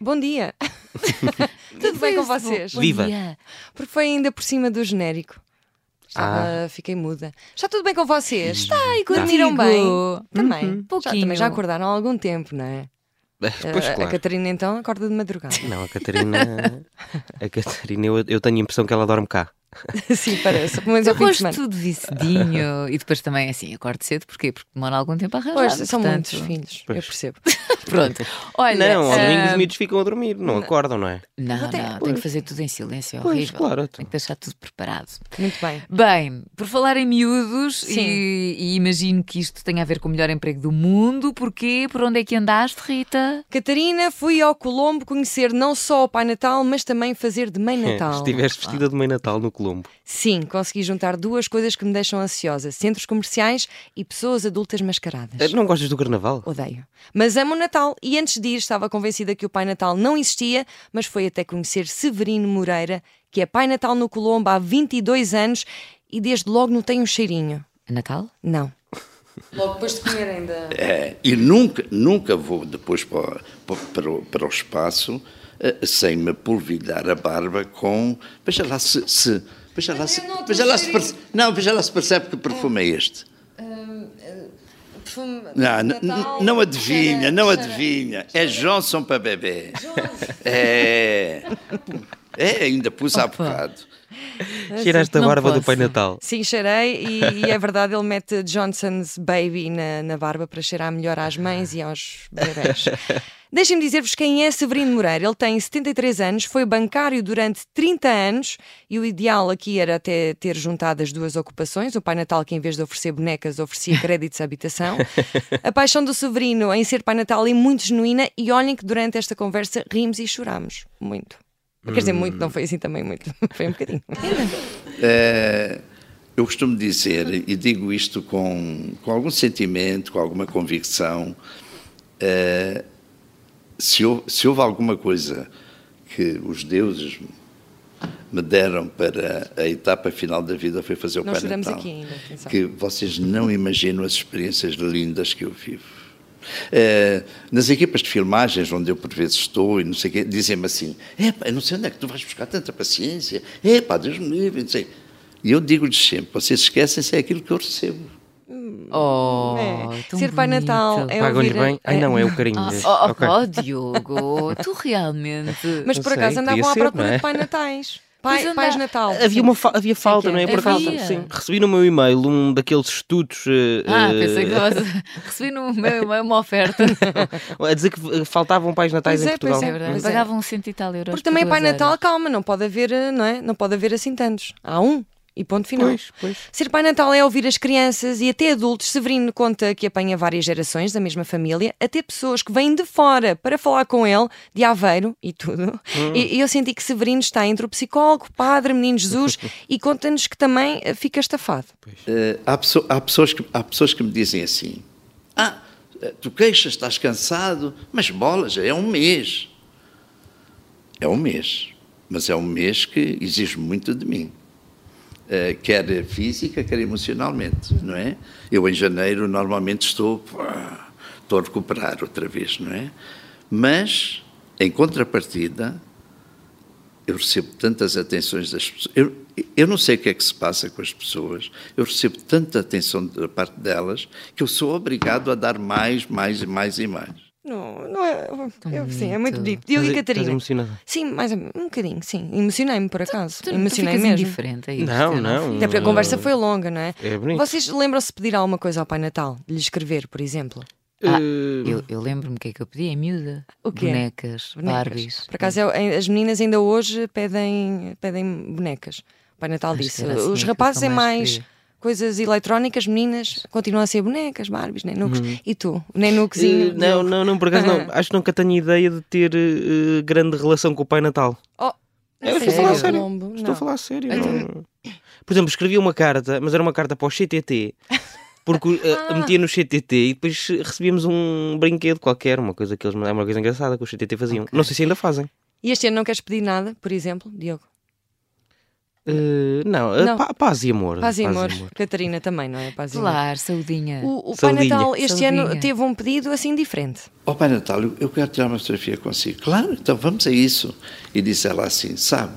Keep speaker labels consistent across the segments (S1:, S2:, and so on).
S1: Bom dia! Tudo bem com vocês?
S2: Bom Viva.
S3: dia.
S1: Porque foi ainda por cima do genérico. Estava, fiquei muda. Está tudo bem com vocês? Está, e dormiram bem?
S3: contigo?
S1: Também. Já,
S3: Uhum. pouquinho.
S1: também já acordaram há algum tempo, não é?
S2: Pois
S1: a, a
S2: claro.
S1: Catarina então acorda de madrugada.
S2: Não, a Catarina. A Catarina, eu, eu tenho a impressão que ela dorme cá.
S1: Sim, parece. Pelo menos
S3: Eu
S1: ao é fim de
S3: gosto
S1: semana.
S3: tudo vicidinho e depois também assim, acordo cedo, porquê? Porque demora algum tempo a arranjar.
S1: Pois, são
S3: portanto,
S1: muitos filhos, eu
S2: Pois.
S1: percebo.
S3: Pronto. Olha,
S2: não, ao domingo os
S3: ah,
S2: miúdos ficam a dormir, não acordam, não é?
S3: Não, não,
S1: Até-
S3: tenho que fazer tudo em silêncio, é
S2: Pois,
S3: horrível.
S2: claro, então.
S3: Tenho que deixar tudo preparado.
S1: Muito bem.
S3: Bem, por falar em miúdos,
S1: Sim.
S3: e, e imagino que isto tenha a ver com o melhor emprego do mundo, porquê? Por onde é que andaste, Rita?
S1: Catarina, fui ao Colombo conhecer não só o Pai Natal, mas também fazer de Mãe
S3: Então,
S1: Natal.
S2: Estiveste vestida de Mãe Natal no Colombo.
S1: Sim, consegui juntar duas coisas que me deixam ansiosa: centros comerciais e pessoas adultas mascaradas.
S2: Ah, Não gostas do carnaval?
S1: Odeio. Mas amo o Natal e antes de ir estava convencida que o Pai Natal não existia, mas foi até conhecer Severino Moreira, que é Pai Natal no Colombo há 22 anos e desde logo não tem um cheirinho.
S3: Natal?
S1: Não. Logo depois de comer ainda.
S4: É, e nunca, nunca vou depois para, o- para, o- para o espaço eh, sem me polvilhar a barba com. Veja lá se. se veja lá se.
S1: eu não
S4: Veja lá se
S1: estou a
S4: perce- não, veja lá se percebe que perfume é este.
S1: É.
S4: Não, n- n- não adivinha, não adivinha. É Johnson para bebê. É. É, ainda pus há bocado.
S2: Tiraste a
S3: não
S2: barba do
S3: posso.
S2: Pai Natal.
S1: Sim, cheirei e, e é verdade, ele mete Johnson's Baby na, na barba para cheirar melhor às mães e aos bebés. Deixem-me dizer-vos quem é Severino Moreira. Ele tem 73 anos, foi bancário durante 30 anos e o ideal aqui era até ter juntado as duas ocupações. O Pai Natal, que em vez de oferecer bonecas, oferecia créditos à habitação. A paixão do Severino em ser Pai Natal é muito genuína e olhem que durante esta conversa rimos e chorámos. Muito. Quer dizer, muito, não foi assim também muito. Foi um bocadinho.
S4: É, eu costumo dizer, e digo isto com, com algum sentimento, com alguma convicção, é, se, hou- se houve alguma coisa que os deuses me deram para a etapa final da vida foi fazer o
S1: Nós
S4: Pai
S1: choramos
S4: Natal,
S1: aqui ainda, atenção.
S4: que vocês não imaginam as experiências lindas que eu vivo. É, nas equipas de filmagens onde eu por vezes estou e não sei o quê, dizem-me assim, epá, eu não sei onde é que tu vais buscar tanta paciência, epá, Deus me livre, não sei. E eu digo-lhes sempre, vocês esquecem-se é aquilo que eu recebo.
S3: Oh,
S1: É.
S3: tão
S1: Ser Pai
S3: bonito.
S1: Natal é
S2: Pagam-lhe
S1: ouvir.
S2: bem? Ai não, é o carinho
S3: Ah,
S2: deles.
S3: oh, oh,
S2: Ok.
S3: oh, Diogo, tu realmente.
S1: Mas
S2: Não
S1: por
S2: sei,
S1: acaso
S2: podia
S1: andavam à
S2: ser,
S1: procura
S2: não é?
S1: de Pai Natais. Pai,
S3: Pois anda-
S1: Pais Natal.
S3: oh,
S1: sim.
S2: Havia, uma fa- havia falta, não é? Por acaso,
S3: Havia.
S2: sim. Recebi no meu e-mail um daqueles estudos eh,
S3: Ah,
S2: eh,
S3: pensei que nós recebi no meu e-mail uma oferta.
S2: a dizer que eh, faltavam pais natais
S1: Pois
S2: em
S1: é, pois
S2: Portugal.
S3: É
S1: Pois
S3: verdade.
S1: é.
S3: Pagavam cento e tal euros.
S1: Porque
S3: por
S1: também
S3: duas
S1: Pai Natal,
S3: horas.
S1: calma, não pode haver, eh, não é? Não pode haver assim tantos. Há um e ponto final.
S2: Pois, pois.
S1: Ser Pai Natal é ouvir as crianças e até adultos. Severino conta que apanha várias gerações da mesma família, até pessoas que vêm de fora para falar com ele, de Aveiro e tudo.
S2: Hum.
S1: E, e eu senti que Severino está entre o psicólogo, padre, menino Jesus e conta-nos que também eh, fica estafado.
S4: Eh, há, pesso- há pessoas que, há pessoas que me dizem assim: Ah, eh, tu queixas, estás cansado, mas bolas, é um mês. É um mês, mas é um mês que exige muito de mim, Eh, quer física, quer emocionalmente, não é? Eu, em janeiro, normalmente estou, pá, estou a recuperar outra vez, não é? Mas, em contrapartida, eu recebo tantas atenções das pessoas. Eu, eu não sei o que é que se passa com as pessoas. Eu recebo tanta atenção da parte delas que eu sou obrigado a dar mais, mais e mais e mais.
S1: Não, não é. eu- sim, é muito
S3: bonito.
S1: bonito. Diogo e
S2: Estás- estás
S1: Catarina.
S2: emocionada?
S1: Sim, mais ou menos, um bocadinho, sim. Emocionei-me por acaso.
S3: Tu, tu
S1: Emocionei
S3: ficas
S1: mesmo.
S3: indiferente a isto.
S2: Não,
S3: eu
S2: não.
S1: Até porque a conversa foi longa, não é?
S2: É bonito.
S1: Vocês lembram-se de pedir alguma coisa ao Pai Natal? De lhe escrever, por exemplo?
S3: Ah,
S2: Eh,
S3: Eu, eu lembro-me o que é que eu pedi, é miúda.
S1: O quê?
S3: Bonecas,
S1: Bonecas.
S3: Barbies.
S1: Por acaso, eu- as meninas ainda hoje pedem, pedem bonecas. O Pai Natal
S3: Acho que
S1: disse.
S3: era assim
S1: Os
S3: que eu
S1: rapazes é
S3: mais
S1: mais
S3: queria.
S1: coisas eletrónicas, meninas continuam a ser bonecas, Barbies, nenucos. E tu? Nenucos
S2: eh,
S1: e.
S2: não, não, não, por acaso não. Acho que nunca tenho ideia de ter eh, eh, grande relação com o Pai Natal.
S1: Oh,
S2: Eu estou a falar a sério. Estou a falar a sério. não- Por exemplo, escrevi uma carta, mas era uma carta para o CTT. Porque eh, metia no CTT e depois recebíamos um brinquedo qualquer, uma coisa que eles mandavam, uma coisa engraçada que o CTT faziam. Não sei se ainda fazem.
S1: E este ano não queres pedir nada, por exemplo, Diogo?
S2: Uh, não,
S1: Não.
S2: Pa- paz e amor.
S1: Paz e amor. Catarina também, não é? Paz e amor.
S3: Claro, saudinha.
S1: O, o Pai
S2: É. Saudinha.
S1: Natal este
S3: Saudinha.
S1: ano teve um pedido assim diferente.
S4: Ó "Oh, Pai Natal, eu, eu quero tirar uma fotografia consigo. Claro, então vamos a isso. E disse ela assim, sabe?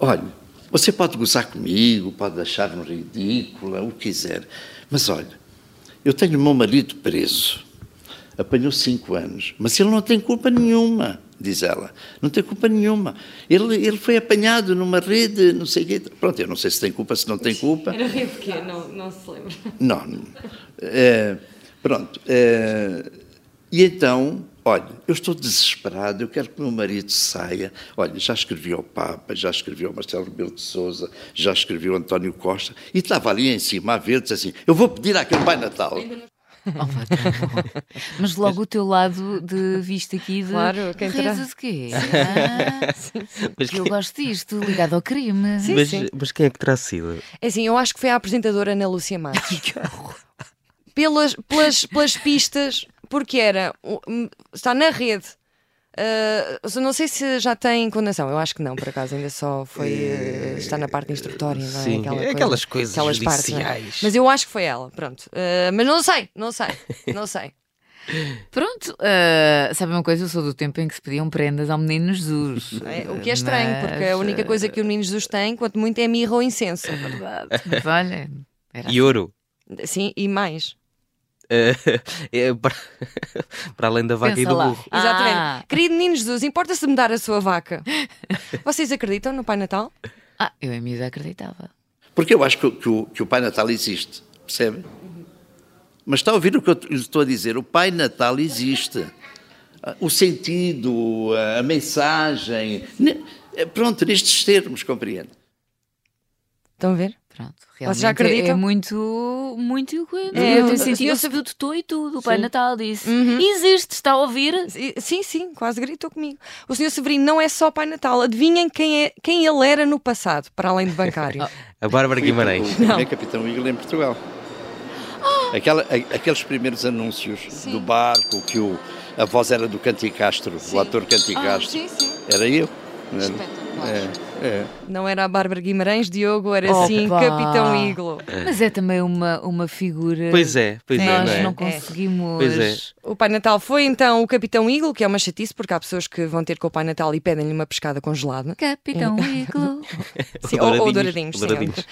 S4: Olha, você pode gozar comigo, pode achar-me ridícula, o que quiser. Mas olha, eu tenho o meu marido preso. Apanhou cinco anos. Mas ele não tem culpa nenhuma, diz ela. Não tem culpa nenhuma. Ele, ele foi apanhado numa rede, não sei o quê. Pronto, eu não sei se tem culpa, se não tem culpa.
S1: Era rei de quê? Não, não se lembra.
S4: Não. É, pronto. é, e então, olha, eu estou desesperado, eu quero que meu marido saia. Olha, já escrevi ao Papa, já escrevi ao Marcelo Rebelo de Souza, já escrevi ao António Costa, e estava ali em cima a ver, disse assim, eu vou pedir àquele Pai Natal.
S3: Oh, vá, tá bom. Mas logo o teu lado de vista aqui de
S1: Claro, quem terá?
S3: rezas de quê? Ah,
S2: Mas,
S3: que eu
S2: quem-
S3: gosto disto, ligado ao crime.
S2: mas-
S1: sim.
S2: mas quem é que terá sido?
S1: É assim, eu acho que foi a apresentadora Ana Lúcia Matos. pelas, pelas, pelas pistas, porque era. o- hum, Está na rede. Ah, se- não sei se já tem condenação, eu acho que não, por acaso, ainda só foi. eh, está na parte instrutória, não é?
S2: Sim,
S1: Aquela
S2: é
S1: coisa-
S2: aquelas coisas
S1: não é?
S2: judiciais.
S1: Mas eu acho que foi ela, pronto. Ah, mas não sei, não sei, não sei.
S3: Pronto, ah, sabe uma coisa? Eu sou do tempo em que se pediam prendas ao menino Jesus.
S1: não é? O que é estranho,
S3: Mas,
S1: porque a única coisa que o Menino Jesus tem, quanto muito, é mirra ou incenso.
S3: Verdade. Mas olha, era
S2: E ouro.
S1: Sim, e mais.
S2: Eh, eh, para, para além da vaca e
S3: Pensa
S2: do
S3: lá.
S2: burro.
S1: Exatamente.
S3: Ah.
S1: Querido Menino Jesus, importa-se de me dar a sua vaca? Vocês acreditam no Pai Natal?
S3: Ah, eu em miúda acreditava.
S4: Porque eu acho que, o- que o, que o Pai Natal existe, percebe? Mas está a ouvir o que eu t- estou a dizer? O Pai Natal existe. Ah, O sentido, a- a mensagem. ne- eh, Pronto, nestes termos, compreende?
S1: Estão a ver?
S3: Pronto,
S1: Vocês
S3: realmente
S1: já
S3: é, é
S1: acreditam?
S3: muito, muito eloquente.
S1: É,
S3: eu
S1: eu-
S3: tenho sentido.
S1: eu-
S3: Eu Uhum. sabia de tu e tudo. O Pai Natal disse: Existe, está a ouvir?
S1: E- Sim, sim, quase gritou comigo. O Sr. Severino não é só Pai Natal. Adivinhem quem, é, quem ele era no passado, para além de bancário.
S3: Oh.
S2: A Bárbara Guimarães.
S4: tipo O primeiro Capitão Eagle em Portugal.
S1: Ah!
S4: Aquela- a- aqueles primeiros anúncios do barco, que o- a voz era do Canti Castro, o ator Canti
S2: Ah,
S4: Castro.
S1: Ah, sim.
S4: Era eu. não era?
S3: Espetacular.
S4: É, é.
S1: Não era a Bárbara Guimarães, Diogo, era
S3: Opa!
S1: sim Capitão Iglo.
S3: Mas é também uma, uma figura.
S2: Pois é, pois
S3: que
S2: é,
S3: Nós
S2: não é?
S3: não conseguimos.
S2: Pois é.
S1: O Pai Natal foi então o Capitão Iglo, que é uma chatice, porque há pessoas que vão ter com o Pai Natal e pedem-lhe uma pescada congelada.
S3: Capitão Iglo.
S1: Sim, ou, ou douradinhos.
S2: douradinhos,
S1: sim,
S2: douradinhos.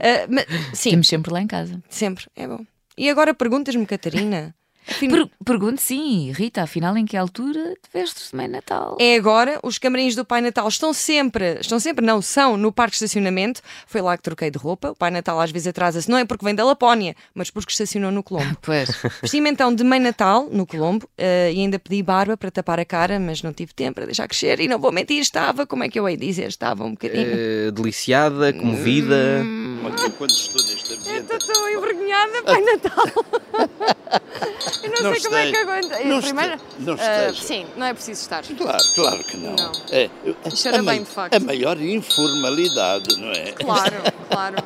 S1: Ah, mas- sim,
S3: Temos sempre lá em casa.
S1: sempre. É bom. E agora perguntas-me, Catarina? Afinal-
S3: Per pergunto sim, Rita, afinal em que altura te vestes de meio Natal?
S1: é agora. Os camarins do Pai Natal estão sempre, estão sempre, não, são no parque de estacionamento. Foi lá que troquei de roupa. O Pai Natal às vezes atrasa-se, não é porque vem da Lapónia, mas porque estacionou no Colombo.
S3: Pois.
S1: Vesti-me então de Mãe Natal no Colombo eh, e ainda pedi barba para tapar a cara, mas não tive tempo para deixar crescer. E não vou mentir, estava, como é que eu hei de dizer? Estava um bocadinho.
S2: Eh, deliciada, comovida.
S1: Hum,
S4: Olha, Hum, eu quando estou neste ambiente.
S1: Eu Estou envergonhada, Pai Natal. Eu não,
S4: Não
S1: sei como é que
S4: esteja.
S1: aguento. Eh,
S4: Não
S1: Primeiro,
S4: este- não
S1: eh,
S4: esteja.
S1: sim, não é preciso estar.
S4: Claro, claro que não.
S1: Não.
S4: É, eu-
S1: Isto era
S4: a mai-
S1: bem, de facto.
S4: A maior informalidade, não é?
S1: Claro, claro.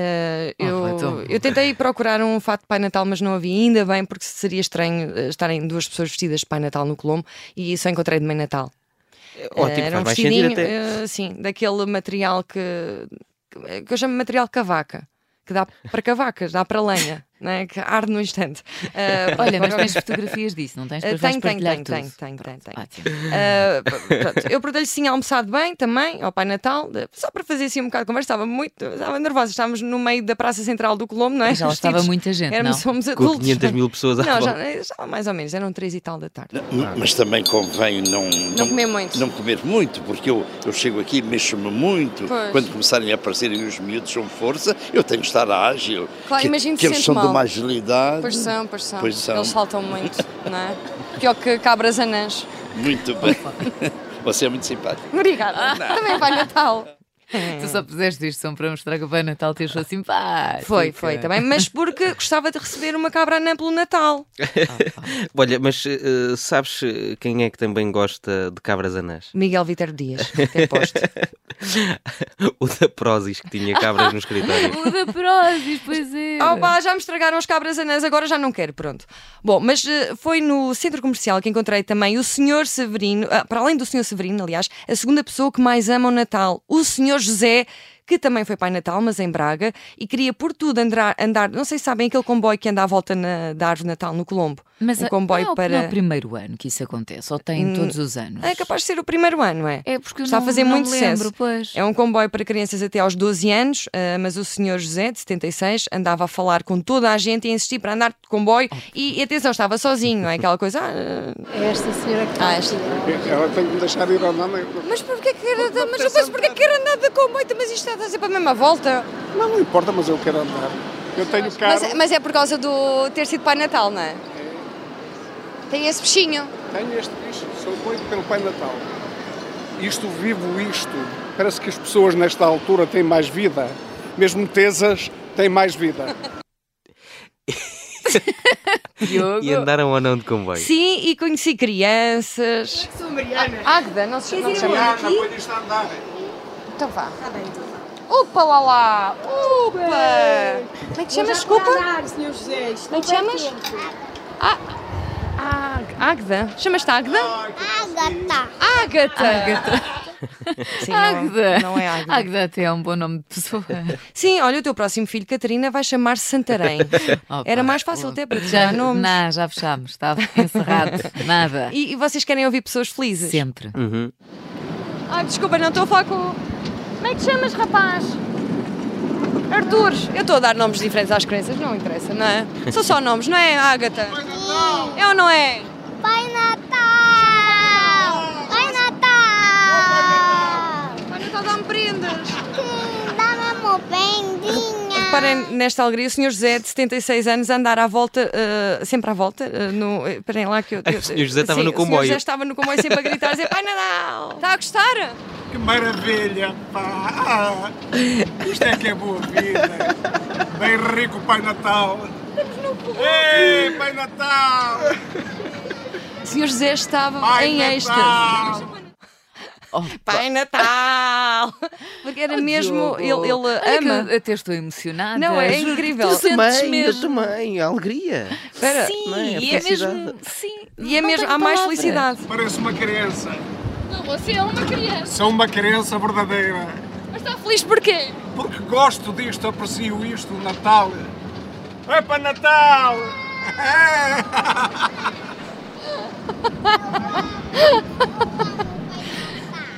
S3: Ah, então.
S1: eu, eu tentei procurar um fato de Pai Natal, mas não havia ainda bem, porque seria estranho eh, estarem duas pessoas vestidas de Pai Natal no Colombo e só encontrei de Mãe Natal. Eh,
S2: Ótimo,
S1: Era um
S2: faz mais sentido
S1: vestidinho,
S2: até.
S1: eh, sim, daquele material que, que- que eu chamo de material cavaca, que dá para cavacas, dá para lenha, não é? que arde no instante. Eh,
S3: Olha, mas tens fotografias disso, não tens?
S1: Eh,
S3: Depois vais
S1: tenho, tenho,
S3: partilhar
S1: tenho,
S3: tudo. Ah,
S1: tenho, tenho,
S3: Pronto,
S1: tenho, tenho.
S3: ótimo.
S1: Uh, p- pronto, eu perguntei-lhe se tinha almoçado bem também ao Pai Natal, de- só para fazer assim um bocado de conversa. Estava muito estava nervosa, estávamos no meio da Praça Central do Colombo, não é?
S3: Já lá estava
S1: Vestidos.
S3: muita gente,
S1: Éramos,
S3: não?
S1: Somos eh, adultos.
S2: Com 500 mil pessoas à
S1: Não,
S2: volta.
S1: já, já estava mais ou menos, eram três e tal da tarde.
S4: Mas também convém não,
S1: comer muito.
S4: não comer muito, porque eu, eu chego aqui e mexo-me muito.
S1: Pois.
S4: Quando começarem a aparecerem os miúdos com força, eu tenho que estar ágil.
S1: Claro,
S4: que,
S1: imagino que
S4: que eles
S1: sente
S4: são
S1: mal.
S4: de uma agilidade.
S1: pois
S4: Pois são. Eles
S1: saltam muito, não é? Pior que cabras anãs.
S4: Muito bem. Você é muito simpático. Ah,
S1: Obrigada. Também Pai Natal.
S3: Tu só puseste isto só para mostrar que o Pai Natal te achou simpático.
S1: Foi, foi também, mas porque gostava de receber uma cabra anã pelo Natal.
S2: Olha, mas eh, sabes eh, quem é que também gosta de cabras anãs?
S1: Miguel Viterbo Dias, até posto.
S2: o da Prozis, que tinha cabras no escritório.
S3: O da Prozis, pois é.
S1: Oh pá, já me estragaram as cabras anãs, agora já não quero, pronto. Bom, mas eh, foi no centro comercial que encontrei também o senhor Severino, ah, para além do senhor Severino, aliás, a segunda pessoa que mais ama o Natal, o senhor José, que também foi Pai Natal, mas em Braga, e queria por tudo andar, andar não sei se sabem, aquele comboio que anda à volta na, da árvore Natal no Colombo.
S3: Mas
S1: um
S3: a-
S1: comboio
S3: não é o-
S1: para.
S3: não é o primeiro ano que isso acontece, ou tem
S1: Hum,
S3: todos os anos.
S1: É capaz de ser o primeiro ano, é?
S3: É porque eu
S1: Está
S3: não,
S1: a fazer
S3: não
S1: muito
S3: me lembro,
S1: senso.
S3: pois.
S1: É um comboio para crianças até aos 12 anos, ah, mas o senhor José, de 76, andava a falar com toda a gente e a insistir para andar de comboio. E, e atenção, estava sozinho, não é aquela coisa. ah,
S5: É esta senhora que está aqui.
S6: Ela tem que me deixar ir ao nome.
S1: mas porquê que quer andar? Mas eu penso, porquê que quer andar de comboio? Então, Mas isto está sempre a mesma volta.
S6: Não, não importa, mas eu quero andar. Eu tenho carro.
S1: mas é por causa do ter sido Pai Natal, não é? Tem esse bichinho.
S6: Tenho este bicho, sou doido pelo Pai Natal. Isto, vivo isto. Parece que as pessoas nesta altura têm mais vida. Mesmo tesas têm mais vida.
S3: Diogo.
S2: E andaram ou não de comboio?
S1: Sim, e conheci crianças. Sou Mariana. Agda, não se não se chama.
S6: Mariana, põe Ah, isto a andar.
S1: Então vá. Opa lá lá! Opa! Como é que te chamas? Desculpa?
S5: senhor José. Isto
S1: Como é que te chamas? Ah, Agda. Chamas-te Agda? Ágata! Ágata! Sim, não é-
S3: Agda.
S1: Não, é Agda.
S3: Agda até é um bom nome de pessoa.
S1: Sim, olha, o teu próximo filho, Catarina, vai chamar-se Santarém.
S3: Opa.
S1: Era mais fácil até para te
S3: Já,
S1: dar nomes.
S3: não, já fechámos, estava encerrado. Nada.
S1: E, Hum. e vocês querem ouvir pessoas felizes?
S3: Sempre.
S2: Uhum.
S1: Ai, desculpa, não estou a falar com. Como é que te chamas, rapaz? Artur. Eu estou a dar nomes diferentes às crianças, não interessa, não é? São só nomes, não é, Ágata? É ou não é?
S7: Pai Natal! Pai Natal!
S1: Olha, então dá-me prendas.
S7: Hum, Dá-me uma bendinha!
S1: Reparem nesta alegria, o Sr. José, de 76 anos, a andar à volta, eh, sempre à volta. eh, no, eh, parem lá que eu.
S2: Ah, o Sr. José estava
S1: Sim,
S2: no
S1: O Sr.
S2: comboio.
S1: José estava no comboio sempre a gritar, a dizer Pai Natal! Está a gostar?
S6: Que maravilha, pá! Ah, isto é que é boa vida! Bem rico, Pai Natal! Ei, Pai Natal!
S1: O Sr. José estava
S6: Pai
S1: em êxtase.
S6: Natal!
S1: Pai Natal! Porque era mesmo.
S3: Diogo.
S1: Ele, ele
S3: Olha
S1: ama.
S3: que até estou emocionada.
S1: Não, é
S3: Juro que
S1: incrível.
S3: Tu sentes
S2: Mãe, eu
S3: mesmo.
S2: também, a alegria.
S1: Espera.
S3: Sim,
S2: Mãe, a
S3: e é mesmo.
S2: felicidade.
S3: Sim,
S1: E é
S3: não
S1: mesmo,
S3: tenho
S1: há mais
S3: palavras.
S1: felicidade.
S6: Parece uma criança! Não, você é uma criança! Sou uma criança verdadeira! Mas está feliz porquê? Porque gosto disto, aprecio isto, o Natal! Vai para Natal!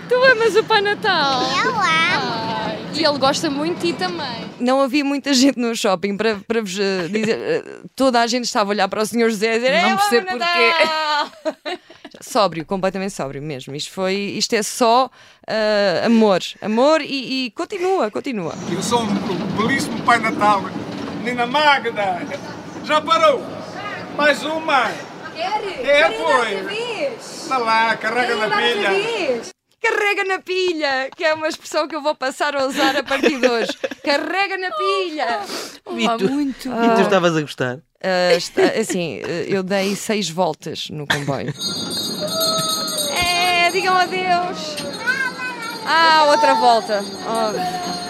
S8: Tu amas o Pai Natal?
S7: Eu amo!
S8: E ele gosta muito de ti também.
S1: Não havia muita gente no shopping para, para vos eh, dizer. eh, toda a gente estava a olhar para o Sr. José e dizer:
S3: Não
S1: "Eu amo
S3: percebo
S1: Natal!" Sóbrio, completamente sóbrio mesmo. Isto, foi, isto é só eh, amor. Amor e, e continua, continua.
S6: Eu sou um belíssimo Pai Natal! Nina Magda! Já parou? Mais uma!
S5: Quer?
S6: Quer, foi?
S5: vez?
S6: Está lá, carrega na pilha!
S5: vez?
S1: Carrega na pilha, que é uma expressão que eu vou passar a usar a partir de hoje. Carrega na pilha!
S3: Ah, muito.
S2: E tu estavas a gostar?
S1: Ah, está- assim, eh, eu dei seis voltas no comboio. É, digam adeus. Ah, outra volta. Oh.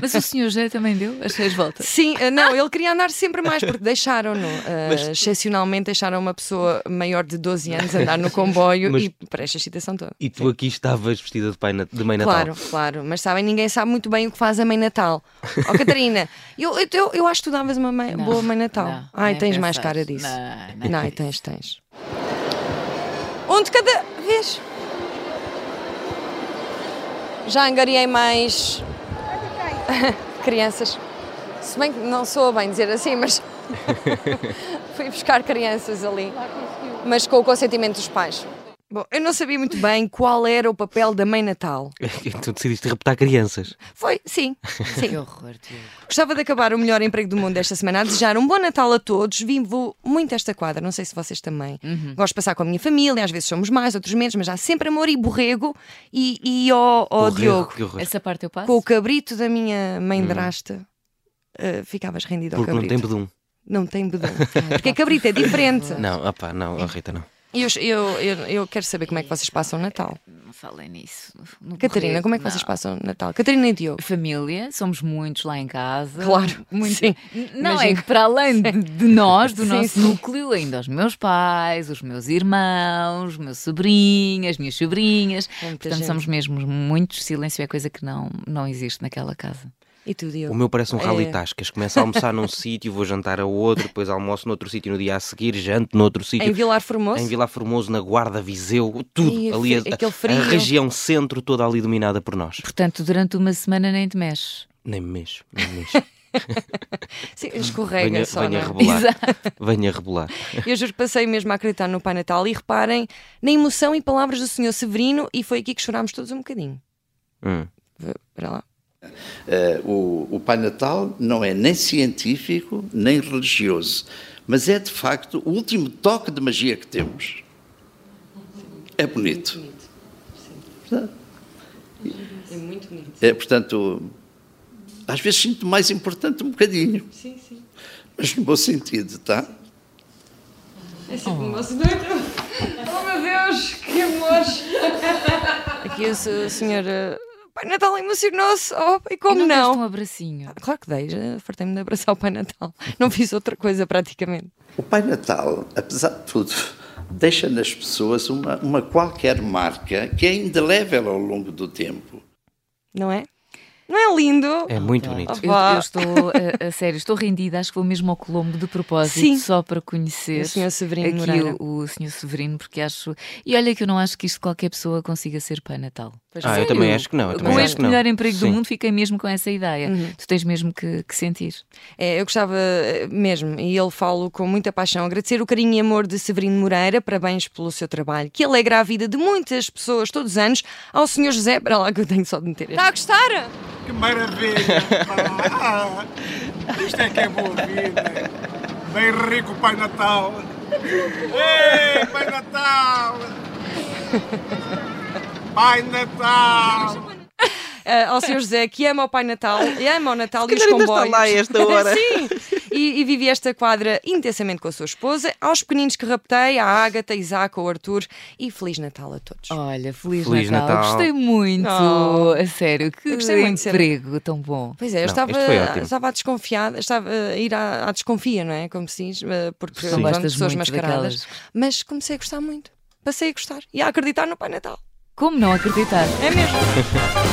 S3: Mas o senhor já também deu as seis voltas.
S1: Sim, eh, não, ele queria andar sempre mais porque deixaram-no. Ah,
S2: Mas-
S1: Excepcionalmente deixaram uma pessoa maior de 12 anos andar no comboio
S2: Mas-
S1: e para esta excitação toda.
S2: E tu aqui estavas vestida de, pai, na- de mãe natal.
S1: Claro, claro, mas sabem, ninguém sabe muito bem o que faz a Mãe Natal. Ó Catarina, eu, eu, eu, eu acho que tu davas uma mãe-
S3: Não,
S1: boa Mãe Natal.
S3: não,
S1: Ai,
S3: nem
S1: tens mais
S3: pensar.
S1: cara disso.
S3: Não,
S1: Não,
S3: não.
S1: e tens, tens. Um de cada vez. Já angariei mais crianças. Se bem que não sou bem dizer assim, mas fui buscar crianças ali. Mas com o consentimento dos pais. Bom, eu não sabia muito bem qual era o papel da Mãe Natal.
S2: Então decidiste raptar crianças.
S1: Foi, sim,
S3: Que
S1: sim.
S3: horror, Diogo.
S1: Gostava de acabar o melhor emprego do mundo esta semana a desejar um bom Natal a todos. Vivo muito esta quadra, não sei se vocês também. Gosto de passar com a minha família, às vezes somos mais, outros menos, mas há sempre amor e borrego. E, e ó, ó Oh,
S2: Horror,
S1: Diogo, é assim
S2: que horror.
S3: Essa parte eu passo.
S1: com o cabrito da minha mãe drasta, eh, ficavas rendido
S2: Hum. Porque
S1: ao
S2: não tem
S1: cabrito.
S2: pedum.
S1: Não tem bedão. Porque a cabrito é diferente.
S2: Não, opá, não, oh, Rita, não.
S1: E eu, eu, eu, eu quero saber como é que vocês passam o Natal.
S3: Não falem nisso. no
S1: Catarina,
S3: correto,
S1: como é que
S3: não.
S1: vocês passam o Natal? Catarina e Diogo.
S3: Família, somos muitos lá em casa.
S1: Claro,
S3: Muito-
S1: sim.
S3: N- Não é
S1: Imagino.
S3: que para além de, de nós, do
S1: Sim,
S3: nosso
S1: sim.
S3: núcleo, ainda os meus pais, os meus irmãos, os meus sobrinhos, as minhas sobrinhas.
S1: muita
S3: Portanto,
S1: gente.
S3: somos mesmo muitos. Silêncio é coisa que não, não existe naquela casa.
S1: E tu, Diogo?
S2: O meu parece um rally
S1: É.
S2: tascas. Começo a almoçar num sítio, vou jantar a outro, depois almoço noutro sítio no dia a seguir, janto noutro
S1: Em
S2: sítio.
S1: Vilar Formoso?
S2: Em Vilar Formoso, na Guarda, Viseu, tudo.
S1: Ai,
S2: ali a,
S1: aquele
S2: a- a
S1: é frio.
S2: região centro toda ali dominada por nós.
S3: Portanto, durante uma semana nem te mexes.
S2: Nem me mexo, nem me mexo.
S1: Sim, escorrega
S2: venha,
S1: só. não
S2: venha
S1: é?
S2: rebolar.
S3: Exato.
S2: Venha rebolar.
S1: Eu juro que passei mesmo a acreditar no Pai Natal e reparem na emoção e palavras do Senhor Severino e foi aqui que chorámos todos um bocadinho.
S2: Hum.
S1: V- Espera lá.
S4: Eh, o, o Pai Natal não é nem científico nem religioso, mas é de facto o último toque de magia que temos. É bonito.
S1: É muito bonito.
S4: É, portanto, às vezes sinto mais importante um bocadinho,
S1: Sim, sim.
S4: mas no bom sentido, tá?
S1: É sempre moço doido. Oh meu Deus, que amor! Aqui o se- o senhor eh, Pai Natal emocionou-se. Oh, e
S3: E
S1: como
S3: não,
S1: não?
S3: deste um abracinho.
S1: Claro que dei, já fartei-me de abraçar o Pai Natal. Não fiz outra coisa praticamente.
S4: O Pai Natal, apesar de tudo, deixa nas pessoas uma, uma qualquer marca que é indelével ao longo do tempo.
S1: Não é? Não é lindo?
S2: É muito bonito.
S3: Eu,
S1: Vá.
S3: eu estou, a, a sério, estou rendida. Acho que vou mesmo ao Colombo de propósito,
S1: Sim.
S3: só para conhecer
S1: O Sr.
S2: É
S1: Severino
S3: aqui
S1: Moreira.
S3: o, o Sr. Severino, porque acho. E olha que eu não acho que isto qualquer pessoa consiga ser Pai Natal.
S1: Pois
S2: Ah, eu
S1: sério?
S2: também acho que não. Eu também
S3: Com
S2: acho
S3: este
S2: que não.
S3: melhor emprego
S2: Sim.
S3: do mundo, fiquei mesmo com essa ideia. Tu tens mesmo que, que sentir.
S1: É, eu gostava eh, mesmo, e ele falo com muita paixão, agradecer o carinho e amor de Severino Moreira, parabéns pelo seu trabalho, que alegra a vida de muitas pessoas todos os anos, ao Sr. José, para lá que eu tenho só de meter
S8: Está
S1: este.
S8: a gostar?
S6: Que maravilha! Ah, isto é que é boa vida! Bem rico, Pai Natal! Ei, Pai Natal! Pai Natal!
S1: Ah, ao Sr. José, que ama o Pai Natal, e ama o Natal e os
S2: ainda está
S1: comboios.
S2: lá a esta hora.
S1: Sim, e, e vivi esta quadra intensamente com a sua esposa, aos pequeninos que raptei, à Ágata, Isaac, ao Arthur, e Feliz Natal a todos.
S3: Olha, Feliz,
S2: Feliz
S3: Natal.
S2: Natal.
S3: Gostei muito.
S1: Oh.
S3: A sério, que
S1: Eu gostei muito de ser-
S3: emprego tão bom.
S1: Pois é, eu
S2: Não,
S1: estava,
S2: isto foi ótimo.
S1: estava a desconfiar, estava a ir à, à desconfia, não é? Como se diz, eh, porque
S3: Não
S1: pronto,
S3: gostas
S1: pessoas
S3: muito
S1: mascaradas.
S3: daquelas.
S1: Mas comecei a gostar muito. Passei a gostar e a acreditar no Pai Natal.
S3: Como não acreditar?
S1: É mesmo.